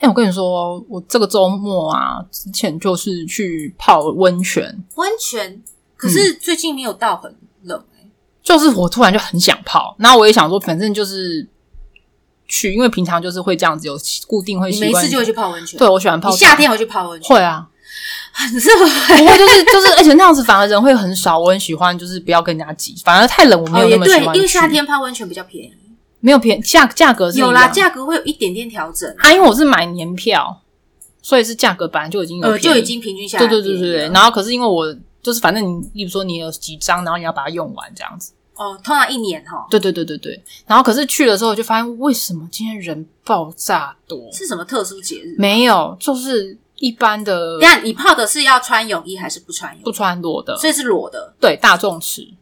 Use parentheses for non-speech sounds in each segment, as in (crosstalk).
欸我跟你说，我这个周末啊，之前就是去泡温泉，温泉，可嗯是最近没有到很冷哎、就是我突然就很想泡，然后我也想说，反正就是去，因为平常就是会这样子，有固定会你习没惯。事就会去泡温泉。对，我喜欢泡你夏天还会去泡温泉，会啊， (laughs) 很适合。不会就是就是，而且那样子反而人会很少。我很喜欢就是不要跟人家挤，反而太冷我没哦，有也那么喜对欢去、，因为夏天泡温泉比较便宜，没有便价价格是一有啦，样价格会有一点点调整，啊，因为我是买年票，所以是价格本来就已经有呃，便宜、就已经平均下来对便对宜了。对对对。然后可是因为我就是反正你，例如说你有几张，然后你要把它用完这样子。哦，通常一年哈对对对对对。然后可是去的时候我就发现，为什么今天人爆炸多？是什么特殊节日？没有，就是一般的等一下你泡的是要穿泳衣还是不穿不泳衣？穿裸的，所以是裸的，对大众池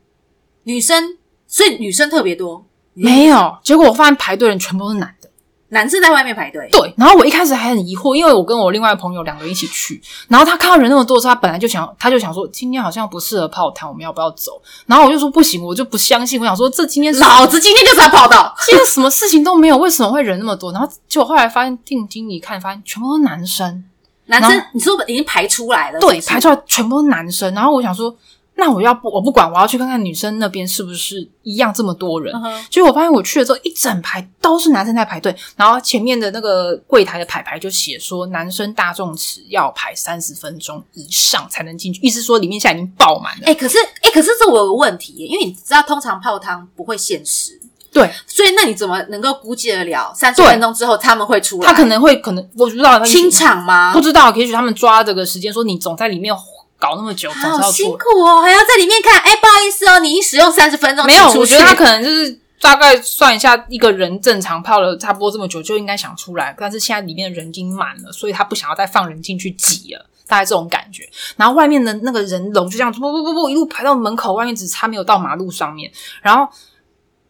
女生，所以女生特别多，没有。结果我发现排队的人全部都是男的。男生在外面排队。对，然后我一开始还很疑惑，因为我跟我另外朋友两个人一起去，然后他看到人那么多的时候，他本来就想，他就想说今天好像不适合泡汤，我们要不要走？然后我就说不行，我就不相信，我想说这今天老子今天就是要泡到，今天什么事情都没有，为什么会人那么多？然后结果后来发现定睛一看，发现全部都是男生，男然生，你说已经排出来了，对，是不是排出来全部都是男生。然后我想说，那我要不我不管，我要去看看女生那边是不是一样这么多人。嗯哼结果我发现我去了之后，一整排都是男生在排队，然后前面的那个柜台的牌牌就写说，男生大众池要排三十分钟以上才能进去，意思说里面现在已经爆满了。哎、可是哎、可是这我有个问题耶，因为你知道，通常泡汤不会限时，对所以那你怎么能够估计得了三十对分钟之后他们会出来？他可能会可能我不知道清，场吗不？知道，也许他们抓这个时间说你总在里面搞那么久，总是好要辛做。苦哦，还要在里面看。哎、不好意思哦，你已使用三十分钟没有，请出我去觉得他可能就是大概算一下，一个人正常泡了差不多这么久就应该想出来，但是现在里面的人已经满了，所以他不想要再放人进去挤了。大概这种感觉，然后外面的那个人龙就这样不不不不一路排到门口外面，只差没有到马路上面。然后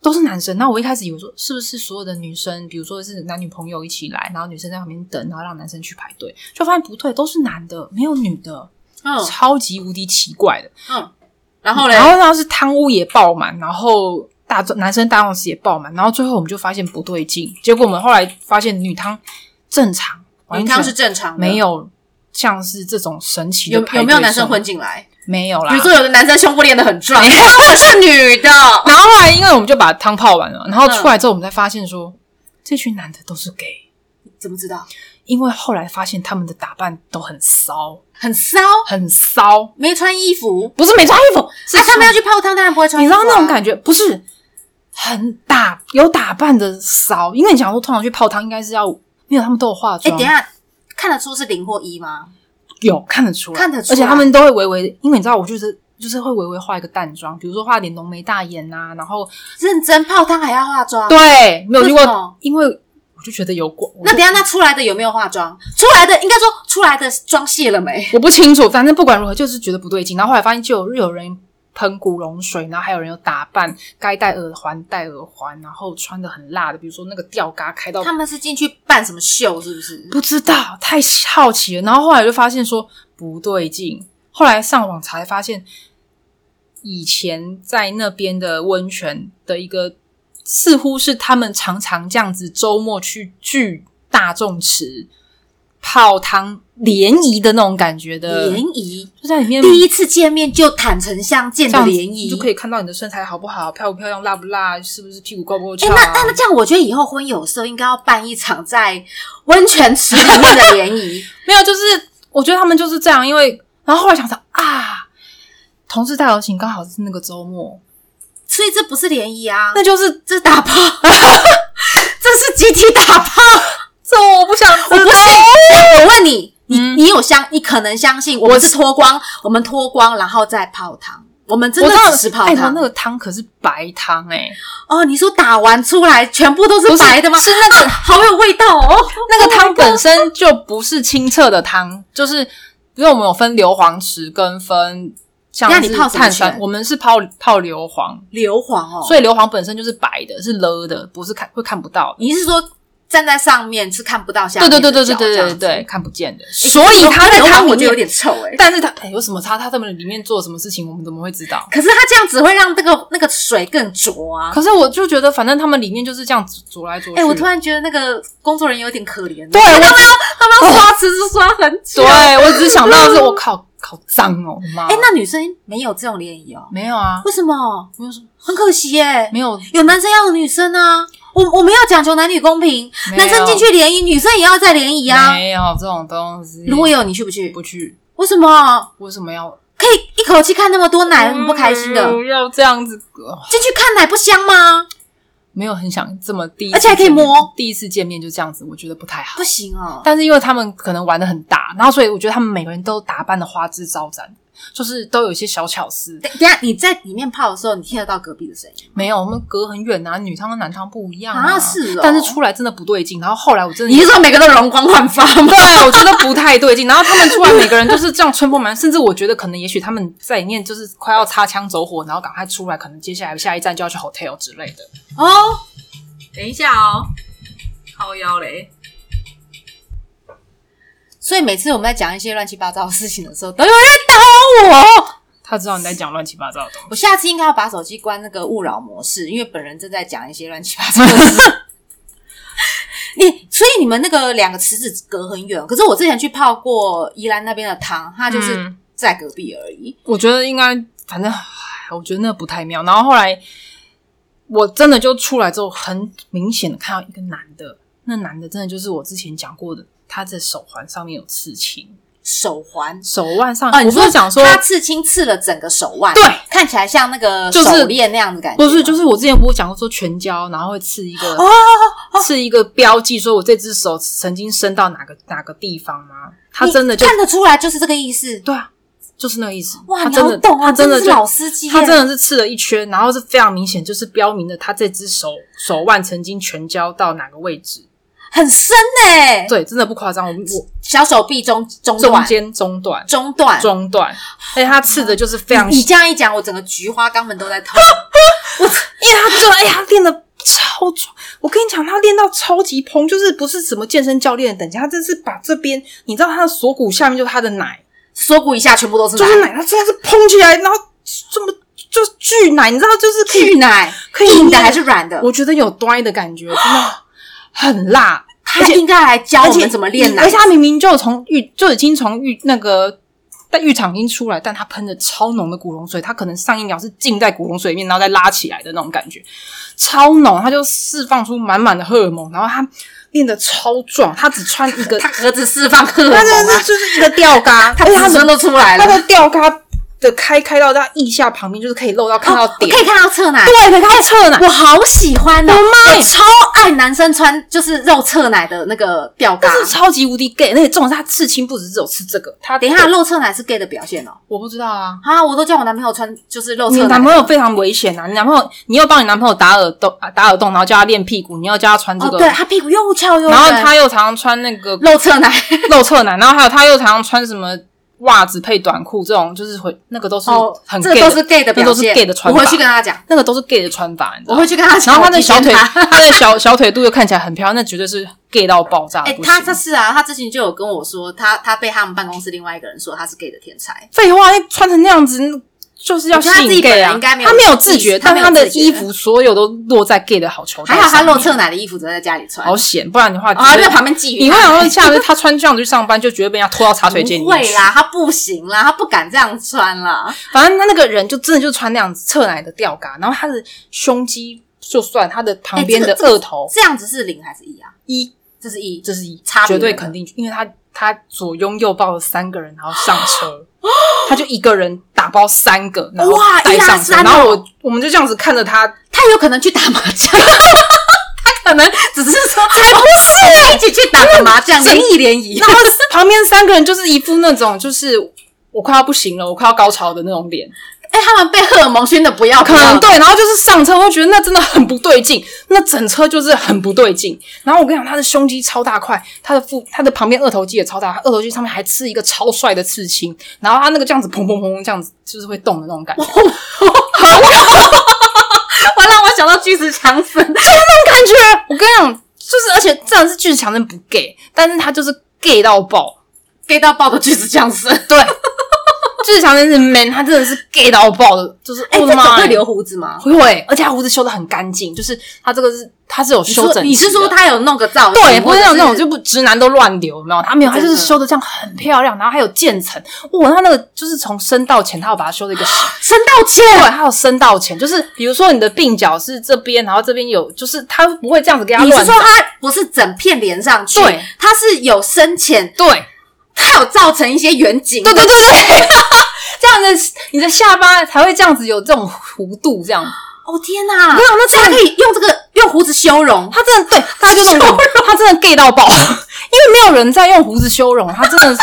都是男生，那我一开始以为说是不是所有的女生，比如说是男女朋友一起来，然后女生在旁边等，然后让男生去排队，就发现不对，都是男的，没有女的，嗯超级无敌奇怪的。嗯，然后嘞，然后那是汤屋也爆满，然后大众男生大众池也爆满，然后最后我们就发现不对劲，结果我们后来发现女汤正常，你完汤全是正常的，没有像是这种神奇的有排队有没有男生声混进来？没有啦比如。说有的男生胸部练得很壮，没有我是女 (laughs) 的，然后后来因为我们就把汤泡完了，然后出来之后我们才发现嗯说、这群男的都是 gay，怎么知道？因为后来发现他们的打扮都很骚，很骚，很骚，没穿衣服。不是没穿衣服，是那、他们要去泡汤，当然不会穿你衣知服、啊。道那种感觉不是很打有打扮的少，因为你想说通常去泡汤应该是要没有，他们都有化哎、妆，等一下看得出是零或一吗？有看得出来，看得出来而且他们都会微微，因为你知道我就是就是会微微化一个淡妆，比如说画点浓眉大眼呐、然后认真泡汤还要化妆？对啊没有遇啊为过什么，因为我就觉得有过，我那等一下那出来的有没有化妆？出来的应该说出来的妆卸了没？我不清楚，反正不管如何就是觉得不对劲，然后后来发现就有有人。喷古龙水，然后还有人有打扮，该戴耳环戴耳环，然后穿的很辣的，比如说那个吊嘎开到他们是进去办什么秀是不是？不知道，太好奇了。然后后来就发现说不对劲，后来上网查才发现，以前在那边的温泉的一个似乎是他们常常这样子周末去聚大众池泡汤联谊的那种感觉的，联谊，就在里面第一次见面就坦诚相见嗯这的样子联谊，你就可以看到你的身材好不好，漂不漂亮，辣不辣，是不是屁股够不够哎、翘、那那那啊？这样，我觉得以后婚友社应该要办一场在温泉池里面的 (laughs) 联谊，没有，就是我觉得他们就是这样，因为然后后来想想啊，同事大游行刚好是那个周末，所以这不是联谊啊，那就是这是打 (laughs) 炮，这是集体打炮。这我不想知 (laughs) 我不信。但我问你，你、哦嗯你有相？你可能相信我们是脱光，我们脱光然后再泡汤，我们真我的那只是泡哎汤。那个汤可是白汤哎、哦，你说打完出来全部都是不是白的吗？是那个 (laughs) 啊好有味道哦。 (laughs) 那个汤本身就不是清澈的汤，就是因为我们有分硫磺池跟分像那是你泡什么碳酸泉，我们是泡泡硫磺，硫磺哦，所以以硫磺本身就是白的，是了的，不是看会看不到的。你是说站在上面是看不到下对面的对对脚。对对对这样对子哦对，看不见的，所以他在可能他我里觉得有面，点臭哎、但是他哎有什么差？他在里面做什么事情，我们怎么会知道？可是它这样只会让那个那个水更浊啊。可是我就觉得，反正他们里面就是这样子走来走去。哎、我突然觉得那个工作人员有点可怜。哦对啊我他们只要他们要刷池子刷很久。对我只想到的是，我靠，好脏哦，妈！哎、那女生没有这种联谊哦？没有啊，为什么？很可惜耶、没有有男生要有女生啊。我我们要讲求男女公平，没有男生进去联谊，女生也要在联谊啊。没有这种东西。如果有你去不去？不去，为什么为什么要哎可以一口气看那么多奶，很不开心的？不要这样子，呃进去看奶不香吗？没有很想这么第一次见面，而且还可以摸第一次见面就这样子，我觉得不太好不。行哦。但是因为他们可能玩的很大，然后所以我觉得他们每个人都打扮的花枝招展，就是都有一些小巧思。等等一下你在里面泡的时候，你听得到隔壁的声音没有，我们隔很远啊，女汤跟男汤不一样啊？是哦。但是出来真的不对劲，然后后来我真的 (laughs) 你是说每个都容光焕发吗？对，我觉得不太对劲。然后他们出来，每个人都是这样春风满，甚至我觉得可能也许他们在里面就是快要擦枪走火，然后赶快出来，可能接下来下一站就要去 hotel 之类的。哦，等一下哦，靠腰嘞，所以每次我们在讲一些乱七八糟的事情的时候，都有人打我。他知道你在讲乱七八糟的东西。我下次应该要把手机关那个勿扰模式，因为本人正在讲一些乱七八糟的事。 (laughs) 你所以你们那个两个池子隔很远，可是我之前去泡过宜兰那边的汤，它就是嗯在隔壁而已。我觉得应该，反正唉我觉得那不太妙。然后后来我真的就出来之后，很明显的看到一个男的，那男的真的就是我之前讲过的，他的手环上面有刺青，手环手腕上，哦，你啊我不是讲说它刺青刺了整个手腕，对，看起来像那个就是手链那样的感觉吗，不是，就是我之前不是讲过说全胶，然后会刺一个哦刺一个标记，说我这只手曾经伸到哪个哪个地方吗？他你真的就看得出来，就是这个意思。对啊，就是那个意思。哇，他你真好的，懂啊，他真的是就老司机耶，他真的是刺了一圈，然后是非常明显，就是标明了他这只手手腕曾经全交到哪个位置。很深哎，对，真的不夸张，我我小手臂中中中段间中段中段中段，而且他刺的就是非常你这样一讲，我整个菊花肛门都在痛。因为他真的，哎呀，他练的超壮。我跟你讲，他练到超级蓬，就是不是什么健身教练的等级，他真是把这边，你知道他的锁骨下面就是他的奶， (laughs) 锁骨以下全部都是就是奶，他真的是蓬起来，然后这么就是巨奶，你知道，就是可巨以，奶，可以硬的捏还是软的？我觉得有端的感觉，真的很辣。他应该来教而我且们怎么练奶而且。他明明就从浴就已经从浴那个在浴场已经出来，但他喷的超浓的古龙水，他可能上一秒是浸在古龙水里面，然后再拉起来的那种感觉，超浓，他就释放出满满的荷尔蒙，然后他练的超壮，他只穿一个，他盒子释放荷尔蒙他真的啊是，就是一个吊嘎，他而且他子的孙都出来了他，的吊嘎的开开到他腋下旁边，就是可以露到看到哦点，可以看到侧奶。对，可以看到侧奶。我好喜欢哦，我妈我超爱男生穿就是露侧奶的那个吊嘎但。是超级无敌 gay，而且重点是他刺青不只是只有刺这个，他等一下，，露侧奶是 gay 的表现哦。我不知道啊，啊，我都叫我男朋友穿就是露你侧奶男。朋友非常危险啊！你男朋友，你又帮你男朋友打耳洞，啊打耳洞，然后叫他练屁股，你要叫他穿这哦，个，对他屁股又翘又然后圆他又常常穿那 (laughs) 个露侧奶。露侧男，然后还有他又常常穿什么袜子配短裤，这种就是会那个都是哦，很这 gay，都的、是 gay 的表那都是现。 gay 的穿我法回去跟他讲，那个都是 gay 的穿法，你知我道吗回？去跟他讲。然后他我的提小醒腿，啊他 (laughs) 他的小小腿肚又看起来很漂亮，那绝对是 gay 到爆炸。哎、不他行他是啊，他之前就有跟我说，他他被他们办公室另外一个人说他是 gay 的天才，废话，那穿成那样子。就是要我吸觉得他自引己本 gay 人啊，应该没有他没有自觉，意识他但没有他的自觉衣服所有都落在 gay 的好球袋还好他上面露侧奶的衣服折在家里穿。好险，不然的话啊，绝对在旁边哦觊你觎会想说，下次他穿这样子去上班，就绝对被人家拖到茶水间里哎不面会去。啦，他不行啦，他不敢这样穿啦。反正他那个人就真的就穿那样子侧奶的吊嘎，然后他的胸肌就算，他的旁边的哎这个二头这样子是零还是一啊？一，这是一，这是一差别绝了对肯定，因为他他左拥右抱了三个人，然后上 (gasps) 车，他就一个人打包三个，然后哇带一拉上车，三哦然后我我们就这样子看着他，他有可能去打麻将，他可能只是 (laughs) 说才不 (laughs) 是、一起去打个麻将，真联谊联谊然。后旁边三个人就是一副那种就是。我快要不行了，我快要高潮的那种脸，哎、他们被荷尔蒙熏的不要可不能要对，然后就是上车，我就觉得那真的很不对劲，那整车就是很不对劲。然后我跟你讲，他的胸肌超大块，他的腹，他的旁边二头肌也超大，他二头肌上面还刺一个超帅的刺青，然后他那个这样子砰砰砰砰这样子，就是会动的那种感觉，那种我让我想到巨石强森， (laughs) 感觉，我跟你讲，就是而且这样是巨石强森不 gay，但是他就是 gay 到爆， gay 到爆的巨石强森。对，巨石强森是 man，他真的是 gay 到爆的，就是 (laughs) 哎、我这的种妈会呀，留胡子吗？会，而且他胡子修的很干净，就是他这个是他是有你修整说齐的你是说他有弄个造型？对，不啊是或那者是种那种就不直男都乱流，有没有？他没有，他就真是的修的这样很漂亮，然后还有渐层，哇，他那个就是从深到浅，他有把它修的一个小深道歉。对，还有深到浅，就是比如说你的鬓角是这边，然后这边有，就是他不会这样子给他你乱是说长。他不是整片连上去？对，他是有深浅，对他有造成一些远景。对对对对对， (laughs) 这样的你的下巴才会这样子有这种弧度，这样。哦天哪！我想那他真可的，以用这个用胡子修容，他真的对，他就是我他真的 gay 到 (laughs) 爆，因为没有人在用胡子修容，他真的是。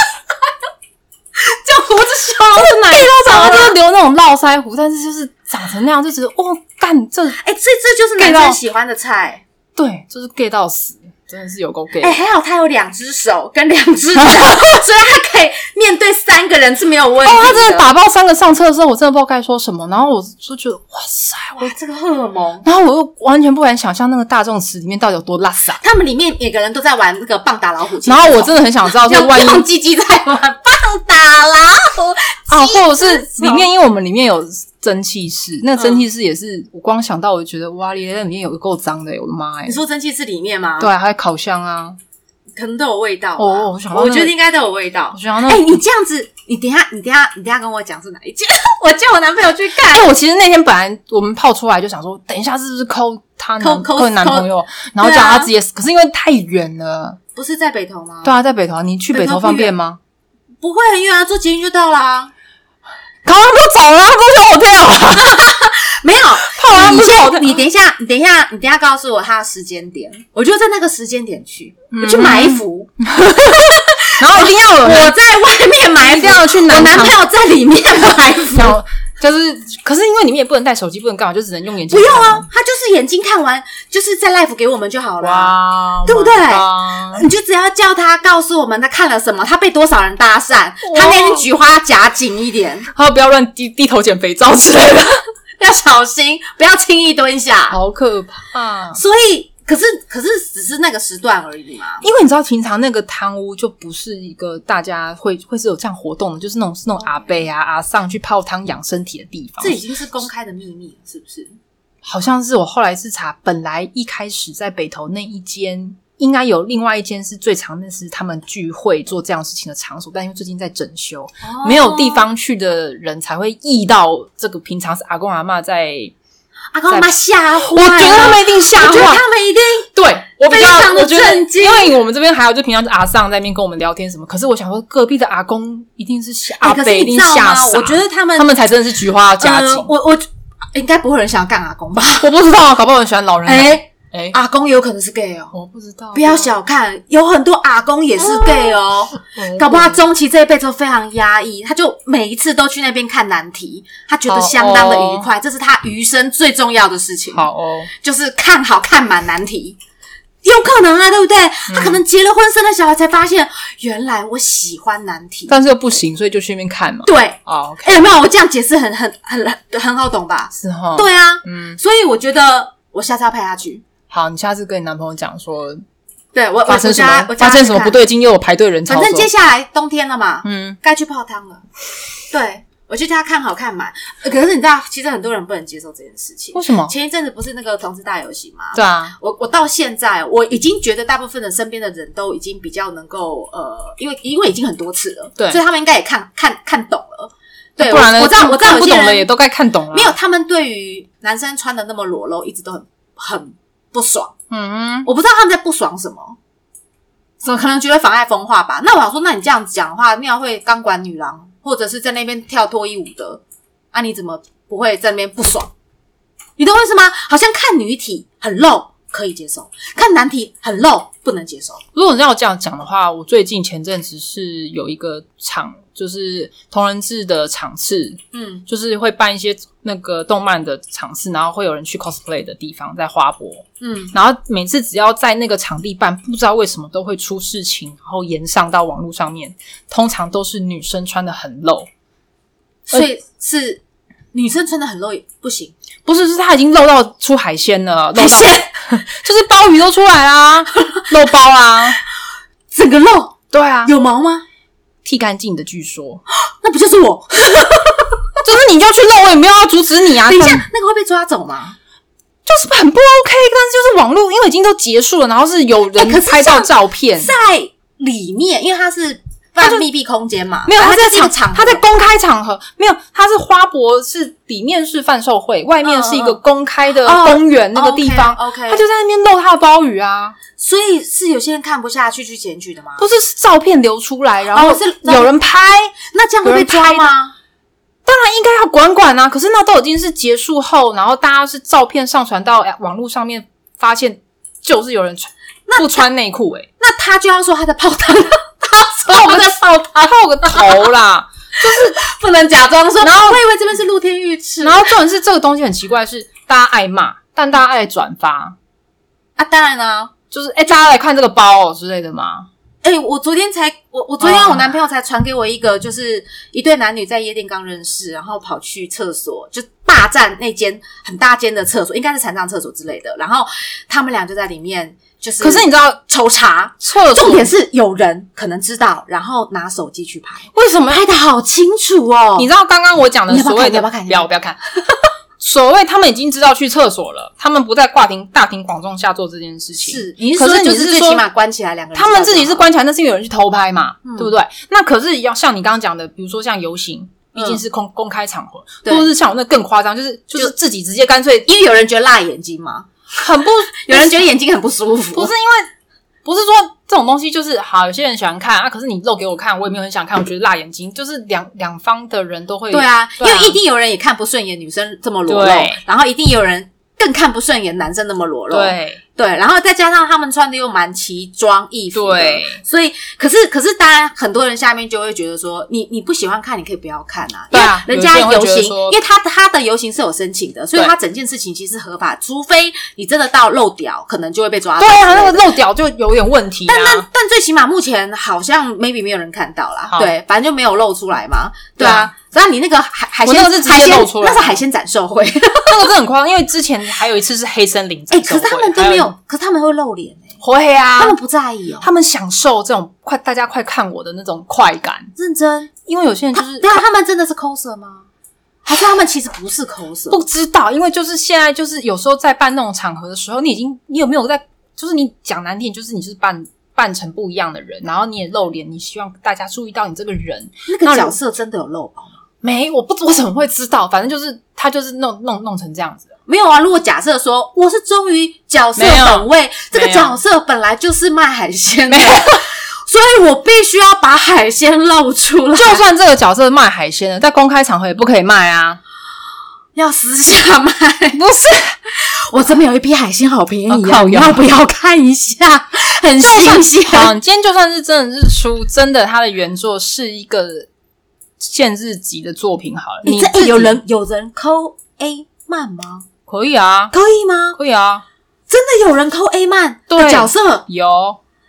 就胡子修容是哪 gay 到长，招啊他就是留那种络腮胡，但是就是长成那样，就觉得哦，干这哎、这这就是 gay 男到生喜欢的菜。对，就是 gay 到死，真的是有够 gay 哎、。还好他有两只手跟两 (laughs) 只脚，所以他可以面对三个人是没有问题哦，他真的的打爆三个上车的时候，我真的不知道该说什么，然后我就觉得哇塞，我哦哇，这个荷尔蒙。然后我又完全不敢想象那个大众池里面到底有多拉萨。他们里面每个人都在玩那个棒打老虎，然后我真的很想知道，要说万一用鸡鸡在玩棒打老虎，啊，或者是里面，因为我们里面有蒸汽室，嗯那个蒸汽室也是，我光想到我就觉得哇，连那里面有够脏的，我的妈呀你！说蒸汽室里面吗？对，还有烤箱啊，可能都有味道吧。哦我想到那我个觉得应该都有味道我。想到哎、那你这样子，你等一下，你等一下，你等一下跟我讲是哪一件， (laughs) 我叫我男朋友去看。哎、我其实那天本来我们泡出来就想说，等一下是不是抠她男抠抠抠她男朋友，然后叫对啊嗯她直接死，可是因为太远了，不是在北投吗？对啊，在北投啊，你去北北投投不方远便吗？不会很远啊，坐捷运就到啦。考完不走啊，不是我跳啊，没 (laughs) 有，泡完你不是我先，你等一下，你等一下，你等一下告诉我他的时间点，我就在那个时间点去，我去埋伏，然后一定要有 (laughs) 我人在外面埋一伏定，要去我南男昌朋友在里面埋伏。然后就是，可是因为你们也不能带手机，不能干嘛，就只能用眼睛。不用啊，，他就是眼睛看完，就是在 live 给我们就好了。哇，对不对 my god 你就只要叫他告诉我们他看了什么，他被多少人搭讪，他那天菊花夹紧一点，还有不要乱低低头捡肥皂之类的， (laughs) 要小心，不要轻易蹲下。好可怕。所以，可是可是只是那个时段而已嘛。因为你知道，平常那个贪污就不是一个大家会会是有这样活动的，就是那种是那种阿伯啊阿上去泡汤养身体的地方这。已经是公开的秘密了，是不是？好像是我后来是查，本来一开始在北投那一间。应该有另外一间是最常那是他们聚会做这样事情的场所，但因为最近在整修，哦没有地方去的人才会意到这个平常是阿公阿嬷在，阿公阿妈吓坏我了，觉得他们一定吓啊我觉得坏。他们一定对我比较非常地我觉得震惊因为我们这边还有就平常是阿上在那边跟我们聊天什么，可是我想说隔壁的阿公一定是吓，哎阿伯可是一你定知道吓吗？傻，我觉得他们他们才真的是菊花夹紧呃。我我应该不会有人想要干阿公吧？我不知道，搞不好很喜欢老人。哎哎，哎，阿公也有可能是 gay 哦。我不知道，不要小看，有很多阿公也是 gay (laughs) 哦，嗯，搞不好他中期这一辈子都非常压抑，他就每一次都去那边看难题，他觉哦得相当的愉快，这是他余生最重要的事情，好哦，就是看好看满难题。有可能啊，对不对？他嗯可能结了婚，生了小孩，才发现原来我喜欢难题。但是又不行，所以就去那边看嘛。对，哦，OK，哎、有没有？我这样解释很很很很很好懂吧？是哈，，对啊，嗯，所以我觉得我下次要陪他去。好，你下次跟你男朋友讲说对我，我发生什我叫他么我，叫发他生去什么看不，对劲，又有排队人潮反的时候，正接下来冬天了嘛，嗯，该去泡汤了。对，我去叫他看好看满。呃可是你知道，其实很多人不能接受这件事情为。什么？前一阵子不是那个同志大游行吗？对啊，我我到现在我已经觉得大部分的身边的人都已经比较能够呃，因为因为已经很多次了，对所以他们应该也看看看懂了。对，不然呢？我我知道我知道看有不些懂啊人的也都该看懂了。没有，，他们对于男生穿的那么裸露一直都很很不爽。嗯，我不知道他们在不爽什么，怎么可能觉得妨碍风化吧？那我想说，那你这样子讲的话，庙会钢管女郎或者是在那边跳脱衣舞的，啊，你怎么不会在那边不爽？你懂我意思吗？好像看女体很露可以接受，看男体很露不能接受。如果你要这样讲的话，我最近前阵子是有一个场，就是同人志的场次，嗯，就是会办一些那个动漫的场次，然后会有人去 cosplay 的地方，在花博。嗯，然后每次只要在那个场地办，不知道为什么都会出事情，然后延上到网络上面。通常都是女生穿的很露，所以是女生穿的很露也不行，不是，是她已经露到出海鲜了，露 (laughs) 海鲜就是鲍鱼都出来啦，肉包 (laughs) 啊，整个肉对啊，有毛吗？剃干净的，据说那不就是我？ (laughs) 就是你就去弄，我也没有要阻止 (laughs) 你啊。等一下可能，那个会被抓走吗？就是很不 OK，但是就是网络，因为已经都结束了，然后是有哎可人是拍这到样照片，在里面，因为它是它半就密闭空间嘛，没有，反他正在它是一场，个场合，他在公开场合没有，他是花博是里面是贩售会，外面是一个嗯嗯公开的哦公园那个地方， OK，, 他就在那边露他的鲍鱼啊，所以是有些人看不下去去检举的吗？都是照片流出来，然后哦是有人拍，那这样会被抓吗？当然应该要管管啊。可是那都已经是结束后，然后大家是照片上传到哎网络上面，发现就是有人穿不穿内裤、欸，那他就要说他在泡汤， (laughs) (laughs) 哎，我们在泡他泡个 (laughs) 头啦。不能假装说。然后我以为这边是露天浴池然后重点是这个东西很奇怪是，大家爱骂，但大家爱转发。啊，当然啦、就是哎、诶大家来看这个包哦之类的吗？哎、我昨天才，我我昨天哦我男朋友才传给我一个，就是一对男女在夜店刚认识，然后跑去厕所，就霸占那间很大间的厕所，应该是残障厕所之类的。然后他们俩就在里面，就是可是你知道抽查，厕所重点是有人可能知道，然后拿手机去拍，为什么？拍的好清楚哦。你知道刚刚我讲的你要不要所谓看的要不要看不要不要看，所谓他们已经知道去厕所了，他们不在挂庭大庭广众下做这件事情。是你是可说是你就是是最说起码关起来两个人知道他就好，们自己是关起来，那是因为有人去偷拍嘛，对不对？那可是要像你刚刚讲的，比如说像游行，嗯毕竟是公、公开场合，对或者是像我那更夸张，就是就是就自己直接干脆因为有人觉得辣眼睛嘛，很不，有人觉得眼睛很不舒服，不是因为不是说这种东西就是好，有些人喜欢看啊，可是你露给我看，我也没有很想看，我觉得辣眼睛，就是两两方的人都会对啊，因对啊为一定有人也看不顺眼女生这么裸露对，然后一定有人更看不顺眼男生那么裸露，对对然后再加上他们穿的又蛮奇装异服的，对，所以可是可是当然很多人下面就会觉得说，你你不喜欢看，你可以不要看啊，对啊因为人有家些人会游觉得行，说因为他他的游行是有申请的，所以对他整件事情其实合法，除非你真的到漏屌，可能就会被抓到对之类啊，的。那个露屌就有点问题啊。但但但最起码目前好像 maybe 没有人看到啦，好对，反正就没有露出来嘛，对对啊啊。然后你那个海海我鲜那个是直接海鲜露出来那是海鲜展售 (laughs) 会，那个真的很夸张，因为之前还有一次是黑森林展哎、可售是会，他们都没还有，可是他们会露脸哎、会嗯啊他，们不在意哦、他们享受这种快大家快看我的那种快感，认真，因为有些人就他是对啊，他们真的是抠舌吗？还是他们其实不是抠舌？不知道，因为就是现在就是有时候在办那种场合的时候，你已经你有没有在，就是你讲难听，就是你是扮扮成不一样的人，然后你也露脸，你希望大家注意到你这个人。那那个如角色真的有露吗？没，我不我怎么会知道？反正就是他就是弄弄弄成这样子，没有啊。如果假设说我是忠于角色没有本位，这个没有角色本来就是卖海鲜的， (laughs) 所以我必须要把海鲜露出来， (laughs) 就算这个角色卖海鲜的，在公开场合也不可以卖啊，要私下卖。不是。我这边有一批海鲜，好便宜、啊，啊靠你腰要不要看一下？ (laughs) 很就新算鲜。好，你今天就算是真的是出真的，他的原作是一个限制级的作品好了，你你这、自欸、己有人有人抠 A 漫吗？可以啊，可以吗？可以啊，真的有人抠 A 漫的对角色，有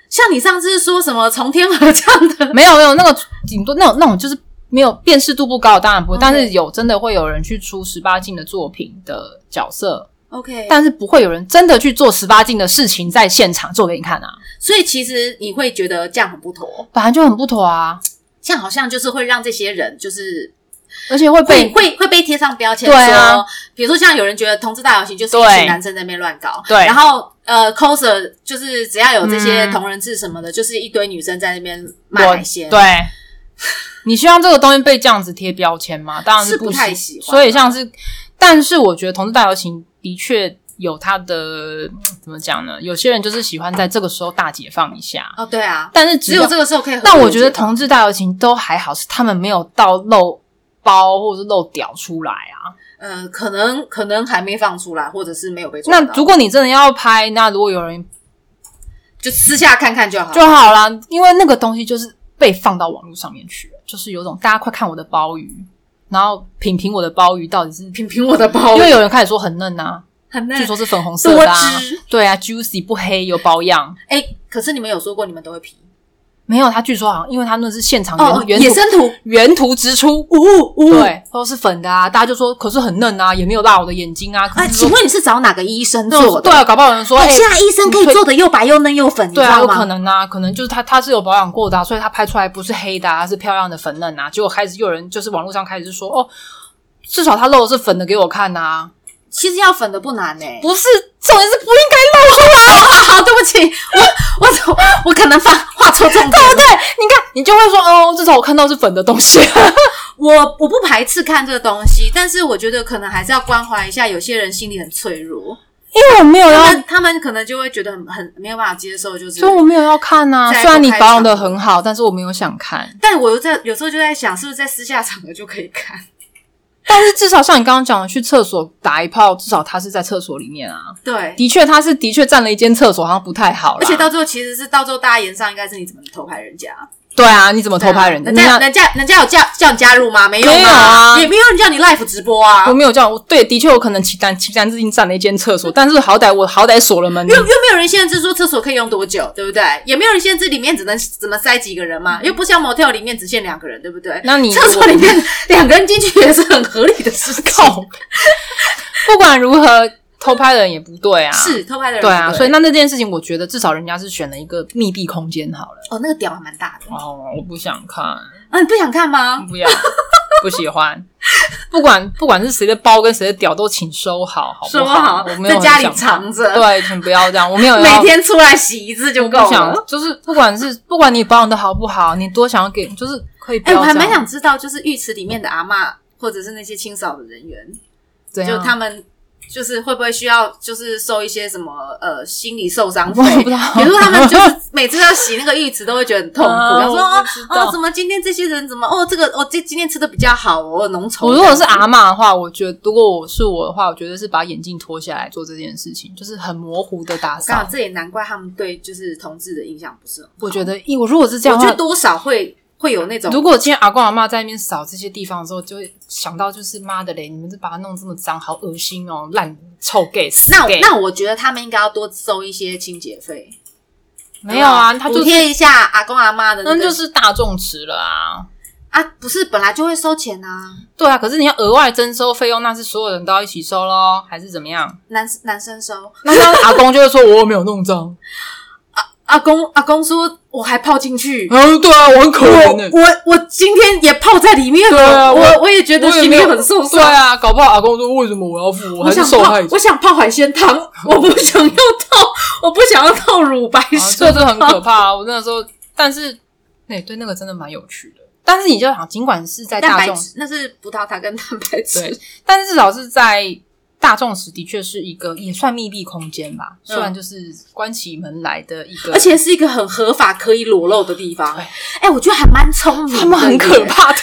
像你上次说什么从天而降 (laughs) 的，没有没有那个顶多那种那种就是没有辨识度不高，当然不会 OK 但是有真的会有人去出十八禁的作品的角色， OK，但是不会有人真的去做十八禁的事情在现场做给你看啊，所以其实你会觉得这样很不妥，本来就很不妥啊，这样好像就是会让这些人就是而且会会被会会被贴上标签，对啊说，比如说像有人觉得同志大游行就是一对群男生在那边乱搞，对然后呃，coser 就是只要有这些嗯同人志什么的，就是一堆女生在那边卖我海鲜，对。你希望这个东西被这样子贴标签吗？当然是不不太行喜欢啊所以像是，但是我觉得同志大游行的确有它的嗯怎么讲呢？有些人就是喜欢在这个时候大解放一下，哦，对啊，但是只只有要这个时候可以合理解放。 (laughs) 但我觉得同志大游行都还好，是他们没有到露包或者是露屌出来啊。呃，可能可能还没放出来，或者是没有被抓那到如果你真的啊要拍，那如果有人就私下看看就好。就好啦，因为那个东西就是被放到网络上面去了，就是有种大家快看我的鲍鱼，然后品评我的鲍鱼到底是品评我的包，因为有人开始说很嫩啊，很据嫩。说是粉红色的、啊多汁，对啊，juicy 不黑有保养，哎、可是你们有说过你们都会皮，没有，他据说好像因为他那是哦现场原、哦，原野图生土，原图直出，呜呜。对，都是粉的啊，大家就说可是很嫩啊，也没有辣我的眼睛啊，可啊，是说请问你是找哪个医生对做对的？啊，搞不好有人说哎，哎。现在医生可以做的又白又嫩又粉，你知对啊，道有可吗？能啊，可能就是他他是有保养过的、啊，所以他拍出来不是黑的、啊，是漂亮的粉嫩啊。结果开始又有人就是网络上开始就说哦，至少他露的是粉的给我看啊，其实要粉的不难 (laughs) 呢。不是重点是不应该露出来。好，啊对不起，我我我可能发画错重点了。你看你就会说哦，至少我看到是粉的东西、啊 (laughs) 我我不排斥看这个东西，但是我觉得可能还是要关怀一下，有些人心里很脆弱，因为我没有要他们他们可能就会觉得很很没有办法接受，就是 (laughs) 所以。我没有要看呐、在虽然你公开保养的场合很好，但是我没有想看。但我又在有时候就在想，是不是在私下场合就可以看？但是至少像你刚刚讲的，去厕所打一炮，至少他是在厕所里面啊。 (laughs) 对，的确，他是的确占了一间厕所，好像不太好啦。而且到最后其实是到最后大家言上应该是你怎么偷拍人家，对啊，你怎么偷拍人家？人家那人家人家有叫叫你加入吗？没有没有啊也没有人叫你 live 直播啊，我又没有这样，我对，的确有可能骑单骑单自己占了一间厕所，但是好歹我好歹锁了门，又嗯没有人限制说厕所可以用多久，对不对？也没有人限制里面只能怎么塞几个人嘛，又不像 motel 里面只限两个人，对不对？嗯那你厕所里面两个人进去也是很合 (laughs) 理的事情。靠。不管如何，偷拍人也不对啊。。是偷拍的人对啊，所以以那那件事情，我觉得至少人家是选了一个密闭空间好了。哦，那个屌还蛮大的哦，我不想看。啊！你不想看吗？ (laughs) 不要，不喜欢。嗯不管不管是谁的包跟谁的屌，都请收好，好不说好我没有在很家里想藏着，对，请不要这样。我没有要每天出来洗一次就不够想了。，就是不管是不管你保养的好不好，你多想要给，就是可以不哎，要我这还样。啊蛮想知道，就是浴池里面的阿嬷或者是那些清扫的人员，怎就样？他们就是会不会需要就是收一些什么呃心理受伤费我？ (laughs) 不知道 (laughs) 比如说他们就是每次要洗那个浴池都会觉得很痛 (laughs) 苦，啊然后说我哦不知道哦怎么今天这些人怎么哦这个哦这今天吃的比较好哦浓稠。我如果是阿嬷的话，我觉得如果我是我的话，我觉得是把眼镜脱下来做这件事情，就是很模糊的打刚好扫。这也难怪他们对就是同志的印象不是很好。我觉得，一我如果是这哦我样的觉话得，多少会会有那种如果今天阿公阿妈在那边扫这些地方的时候，就会想到就是妈的嘞，你们就把它弄这么脏，好恶心哦，烂臭 gay 死那 gay。那我觉得他们应该要多收一些清洁费。没有啊，对吧他就补是贴一下阿公阿妈的那那个，就是大众池了啊。啊，不是本来就会收钱啊，对啊，可是你要额外征收费用，那是所有人都要一起收咯，还是怎么样？ (laughs) 男男生收。那刚刚阿公就会说我没有弄脏，阿公阿公说我还泡进去，嗯，对啊，我很可怜的、我我我今天也泡在里面对啊了，我我我也觉得我也心没里有 (laughs) 很受对伤。啊，搞不好阿公说为什么我要付，我还是想受泡害，者我。想泡海鲜汤， (laughs) 我不想要泡，我不想要泡乳白啊水这。就很可怕啊！我那时候，但是，哎、对那个真的蛮有趣的。但是你就想，尽管是在蛋大白众，质那是葡萄糖跟蛋白对质，，但是至少是在大众时，的确是一个也算密闭空间吧，虽然就是关起门来的一个，而且是一个很合法可以裸露的地方。对哎、我觉得还蛮聪明的，他们很可，怕，对，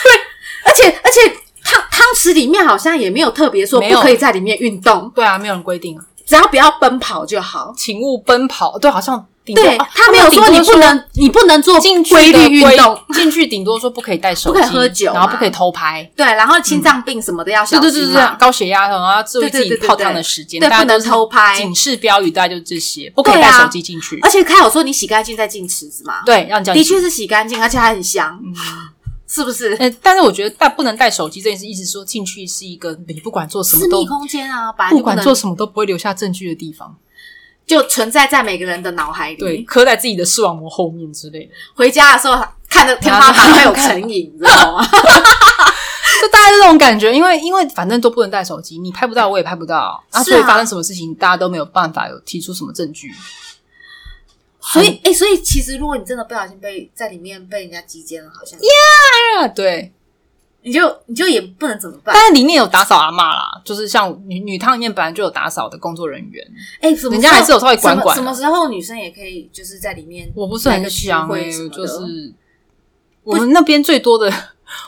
而且而且汤汤匙里面好像也没有特别说没有不可以在里面运动，对啊，没有人规定啊，只要不要奔跑就好。请勿奔跑，对，好像顶多对啊他没有顶说多你不能，你不能做进去规的律运规动，，进去顶多说不可以带手机，不可以喝酒啊然后嘛不可以偷拍，对，然后心脏病什么的要小对心对嘛。对对对，高血压，然后要注意自己对对对对泡汤的时间，对大家都不能偷拍警示标语大概就是这些，不可以对带啊手机进去。而且他有说你洗干净再进池子嘛？对，嗯让你讲的确是洗干净，而且还很香，是不是？呃，但是我觉得但不能带手机这件事，意思是说进去是一个你不管做什么私都密空间啊，本来就不不管能做什么都不会留下证据的地方，就存在在每个人的脑海里。对，，刻在自己的视网膜后面之类的，回家的时候看着天花板会有成瘾，你知 (laughs) 道吗？就大概是这种感觉。因为因为反正都不能带手机，你拍不到我也拍不到，啊，是所以啊发生什么事情大家都没有办法有提出什么证据。所以，哎，所以其实如果你真的不小心被在里面被人家击奸了，好像啊，对，你就你就也不能怎么办。但是里面有打扫阿嬷啦，就是像女女汤里面本来就有打扫的工作人员，哎，什么时候人家还是有稍微管管什么什么时候女生也可以就是在里面？我不是很想来哎、个聚会什么的就是我们那边最多的，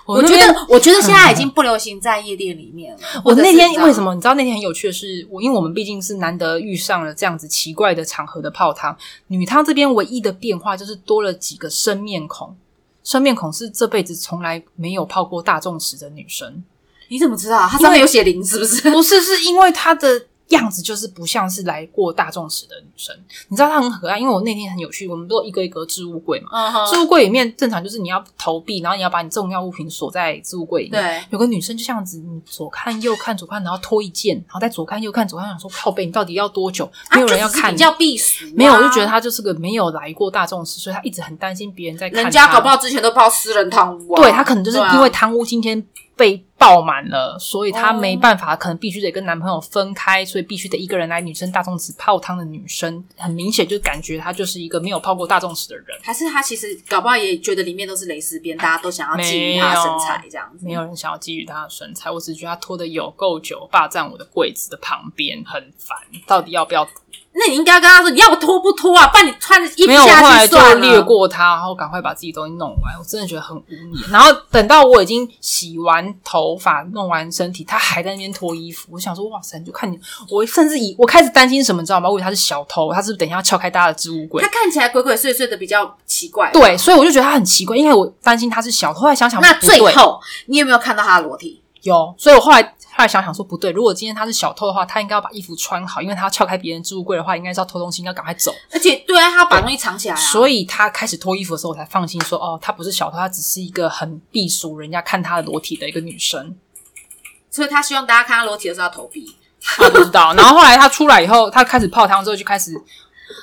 我那觉边嗯得，我觉得现在已经不流行在夜店里面了。我或者是那天你知道为什么你知道那天很有趣的是，我因为我们毕竟是难得遇上了这样子奇怪的场合的泡汤，女汤这边唯一的变化就是多了几个生面孔，生面孔是这辈子从来没有泡过大众池的女生。 (laughs) 你怎么知道？他上面有写零是不是？不是，是因为他的样子就是不像是来过大众时的女生。你知道她很可爱，因为我那天很有趣，我们都有一个一个置物柜嘛，嗯哼，置物柜里面正常就是你要投币，然后你要把你重要物品锁在置物柜里面。对，有个女生就这样子，你左看右看左看，然后拖一件，然后再左看右看左看，想说靠背，你到底要多久？啊没有人要看你。比较避暑啊，没有，我就觉得她就是个没有来过大众时，所以她一直很担心别人在看人家她搞不好之前都泡私人汤屋啊，对她可能就是对啊因为贪污今天被爆满了，所以她哦没办法，可能必须得跟男朋友分开，所以必须得一个人来女生大众池泡汤的女生，很明显就感觉她就是一个没有泡过大众池的人。还是他其实搞不好也觉得里面都是蕾丝边，大家都想要觊觎他的身材这样子。没有人想要觊觎她的身材，我只是觉得她拖的有够久，霸占我的柜子的旁边，很烦。到底要不要？那你应该跟他说，你要我脱不脱啊？不然你穿着衣服没有，我后下来去就算了。略过她，然后赶快把自己东西弄完。我真的觉得很无语。然后等到我已经洗完头发、弄完身体，她还在那边脱衣服。我想说，哇塞，你就看你，我甚至以我开始担心什么，你知道吗？我以为她是小偷，她是不是等一下要撬开大家的置物柜他？看起来鬼鬼祟祟的，比较奇怪。，对，所以我就觉得她很奇怪，因为我担心她是小偷。后来想想，那不最对后你有没有看到他的裸体？有，所以我后来后来想想说不对，如果今天他是小偷的话，他应该要把衣服穿好，因为他要撬开别人置物柜的话，应该是要偷东西，应该赶快走。而且对啊，他把东西藏起来啊。所以他开始脱衣服的时候，我才放心说哦，他不是小偷，他只是一个很避暑人家看他的裸体的一个女生。 (laughs) 所以他希望大家看他裸体的时候要投币。我不知道。然后后来他出来以后，他开始泡汤之后就开始，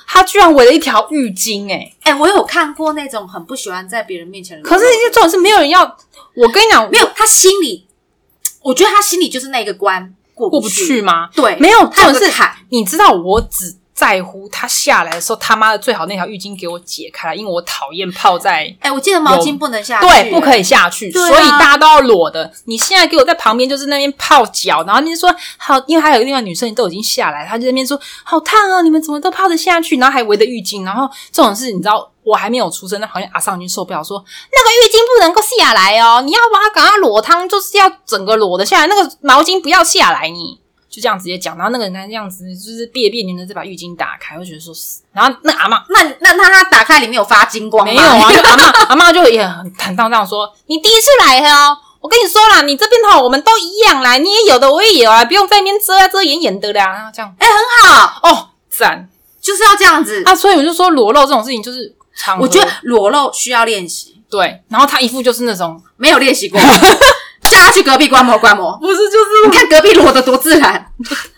他居然围了一条浴巾、欸，哎、我有看过那种很不喜欢在别人面前裸露，可是这种是没有人要。我跟你讲，没有他心里，我觉得他心里就是那个关过过不不去吗？对，没有，他重有点个是坎。你知道，我只在乎他下来的时候，他妈的最好那条浴巾给我解开来，因为我讨厌泡在。哎、我记得毛巾不能下去，对，不可以下去，对啊所以大家都要裸的。你现在给我在旁边就是那边泡脚，然后你就说好，因为还有另外女生都已经下来，她就在那边说好烫哦，你们怎么都泡得下去？然后还围着浴巾，然后这种事你知道，我还没有出生，那好像阿尚已经受不了，说那个浴巾不能够下来哦，你要把它赶快裸汤，就是要整个裸的下来，那个毛巾不要下来你。就这样直接讲，然后那个人这样子就是别别扭扭地把浴巾打开，我就觉得说，然后那阿嬷那那那他打开里面有发金光吗没有啊，就阿妈阿妈就也很坦荡荡说：“你第一次来哦，我跟你说啦，你这边哦哈我们都一样啦，你也有的，我也有啊，不用在那边遮啊遮掩掩的啦。”然后这样好，哦，赞就是要这样子。啊！所以我就说裸露这种事情就是场合，我觉得裸露需要练习，对。然后他一副就是那种没有练 (laughs) 习过，叫他去隔壁观摩观摩。不是就是你看隔壁裸的多自然，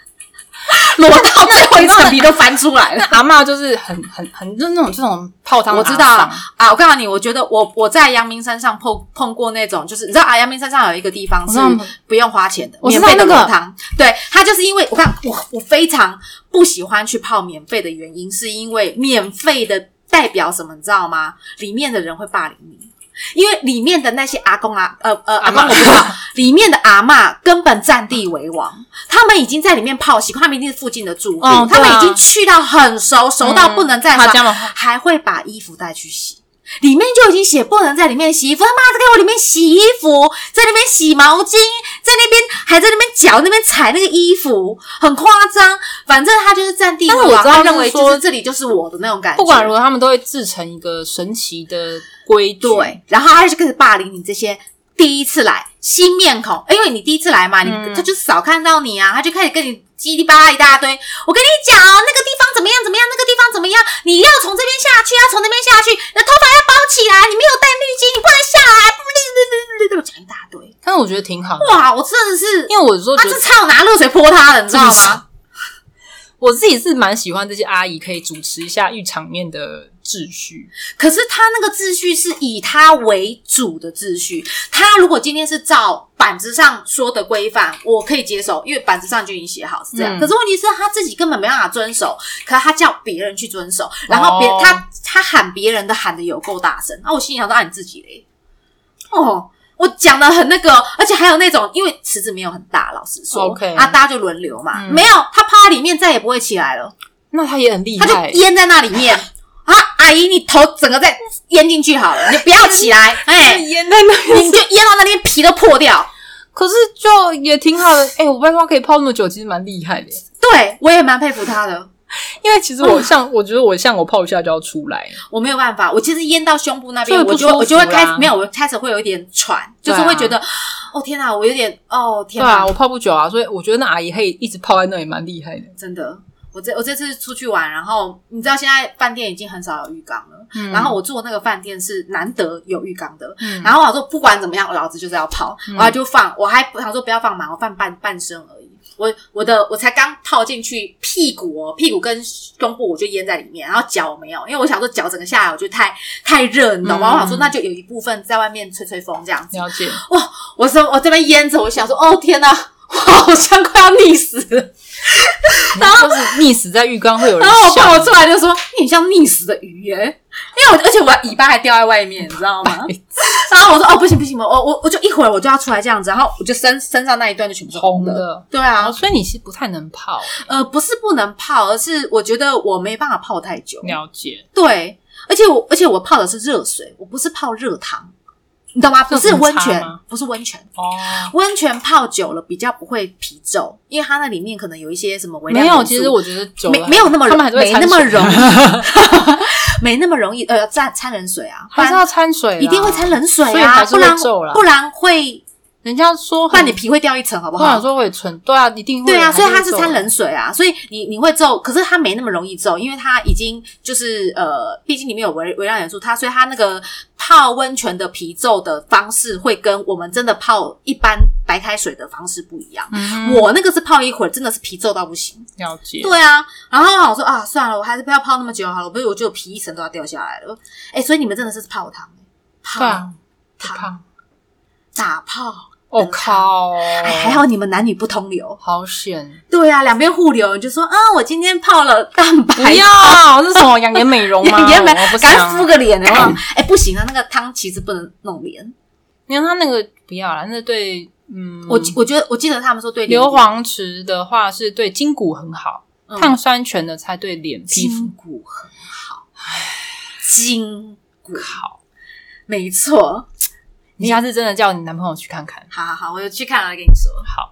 (laughs) 裸到最后一层皮都翻出来了。阿妈就是很很很就是那种这种泡汤的我阿桑，知道啊，我告诉你，我觉得我我在阳明山上碰碰过那种，就是你知道啊，阳明山上有一个地方是我知道不用花钱的，我知道免费的那裸个汤。对，它就是因为我看我我非常不喜欢去泡免费的原因，是因为免费的代表什么，你知道吗？里面的人会霸凌你。因为里面的那些阿公啊，呃呃，阿阿公嬷我不知道，里面的阿嬷根本占地为王，他们已经在里面泡习惯，他们一定是附近的住户，嗯他们对啊嗯已经去到很熟，熟到不能再熟他这样的话还会把衣服带去洗。里面就已经写不能在里面洗衣服，他妈的给我里面洗衣服，在那边洗毛巾，在那边还在那边脚那边踩那个衣服，很夸张。反正他就是占地为但是我王，知道他认是为说就是这里就是我的那种感觉。不管如何，他们都会制成一个神奇的规矩。对，然后他就开始霸凌你这些第一次来新面孔，因为你第一次来嘛，你、嗯他就是少看到你啊，他就开始跟你叽里吧啦一大堆。我跟你讲哦，那个地方怎么样怎么样，那个地方怎么样，你要从这边下去，要从那边下去，你的头发要包起来，你没有戴滤镜，你不能下来，不不不不不，讲一大堆。但是我觉得挺好的，哇，我真的是，因为我说他觉得是差有拿热水泼他的，你知是道不是吗？ (laughs) 我自己是蛮喜欢这些阿姨可以主持一下浴场面的秩序。可是他那个秩序是以他为主的秩序，他如果今天是照板子上说的规范，我可以接受，因为板子上就已经写好是这样。嗯可是问题是他自己根本没办法遵守，可他叫别人去遵守，然后别、哦他他喊别人的喊的有够大声，那、我心里想说，啊你自己嘞，哦。我讲的很那个，而且还有那种，因为池子没有很大，老实说 OK 啊，大家就轮流嘛，嗯没有他趴在里面再也不会起来了。那她也很厉他就害，淹在那里面。啊，阿姨，你头整个再淹进去 (laughs) 好了，你不要起来，哎，淹在那你就淹到那边皮都破掉。可是就也挺好的。哎、我爸妈可以泡那么久，其实蛮厉害的耶。对我也蛮佩服他的，因为其实我像，我觉得我像我泡一下就要出来，我没有办法，我其实淹到胸部那所边，以我不就舒服我就会开始啦没有，我开始会有一点喘，就对啊是会觉得哦天哪，我有点哦天对哪，啊，我泡不久啊，所以我觉得那阿姨可以一直泡在那里蛮厉害的。真的。我这我这次出去玩，然后你知道现在饭店已经很少有浴缸了，嗯然后我住的那个饭店是难得有浴缸的，嗯然后我想说不管怎么样，老子就是要泡，然后就放，我还想说不要放满，我放半半身而已。我我的我才刚泡进去，屁股哦，屁股跟胸部我就淹在里面，然后脚没有，因为我想说脚整个下来，我觉得太太热，你懂吗？嗯我想说那就有一部分在外面吹吹风这样子。了解，我是我这边淹着，我想说哦天哪，我好像快要溺死了。 (laughs) 然后就是溺死在浴缸会有人然后我笑泡出来就说：“你很像溺死的鱼耶、因为我而且我的尾巴还掉在外面，你知道吗？ (laughs) 然后我说：“哦，不行不行，我我我就一会儿我就要出来这样子。”然后我就身身上那一段就全部是红的。的，对然啊后，所以你是不太能泡，呃，不是不能泡，而是我觉得我没办法泡太久。了解，对，而且我而且我泡的是热水，我不是泡热汤，你懂吗？不是这有什温么差泉吗，不是温泉。哦。温泉泡久了比较不会皮皱，因为它那里面可能有一些什么微量没有，元其素实我觉得久没了没有那么他们还是会没那么掺水容易，没那么容易呃掺掺冷水啊，不 (laughs) 还是要然掺水啦，一定会掺冷水所以啊，还是不会然皱啦不然会人家说不很，然你皮会掉一层，好不我想好？说会存，对啊，一定会。对啊，所以它还是会皱掺冷水啊，所以你你会皱，可是它没那么容易皱，因为它已经就是呃，毕竟里面有微微量元素，它所以它那个泡温泉的皮皱的方式会跟我们真的泡一般白开水的方式不一样。嗯我那个是泡一会儿，真的是皮皱到不行。了解，对啊，然后我说啊，算了，我还是不要泡那么久好了，不然我就皮一层都要掉下来了。哎、所以你们真的是泡汤、对啊泡，不汤胖，打泡，我哦靠，哎，还好你们男女不通流。好险，对啊，两边互流，你就说啊，我今天泡了蛋白不，要，哎这是什么养颜美容吗？ (laughs) 也没我不啊想敢敷个脸的 (coughs) 话，哎、不行啊，那个汤其实不能弄脸。嗯你看他那个不要了，那对，嗯，我我觉得我记得他们说对脸硫磺池的话是对筋骨很好，嗯碳酸泉的才对脸皮筋肤骨很好，筋骨好。没错。你下次真的叫你男朋友去看看。好好好，我有去看了，跟你说。好，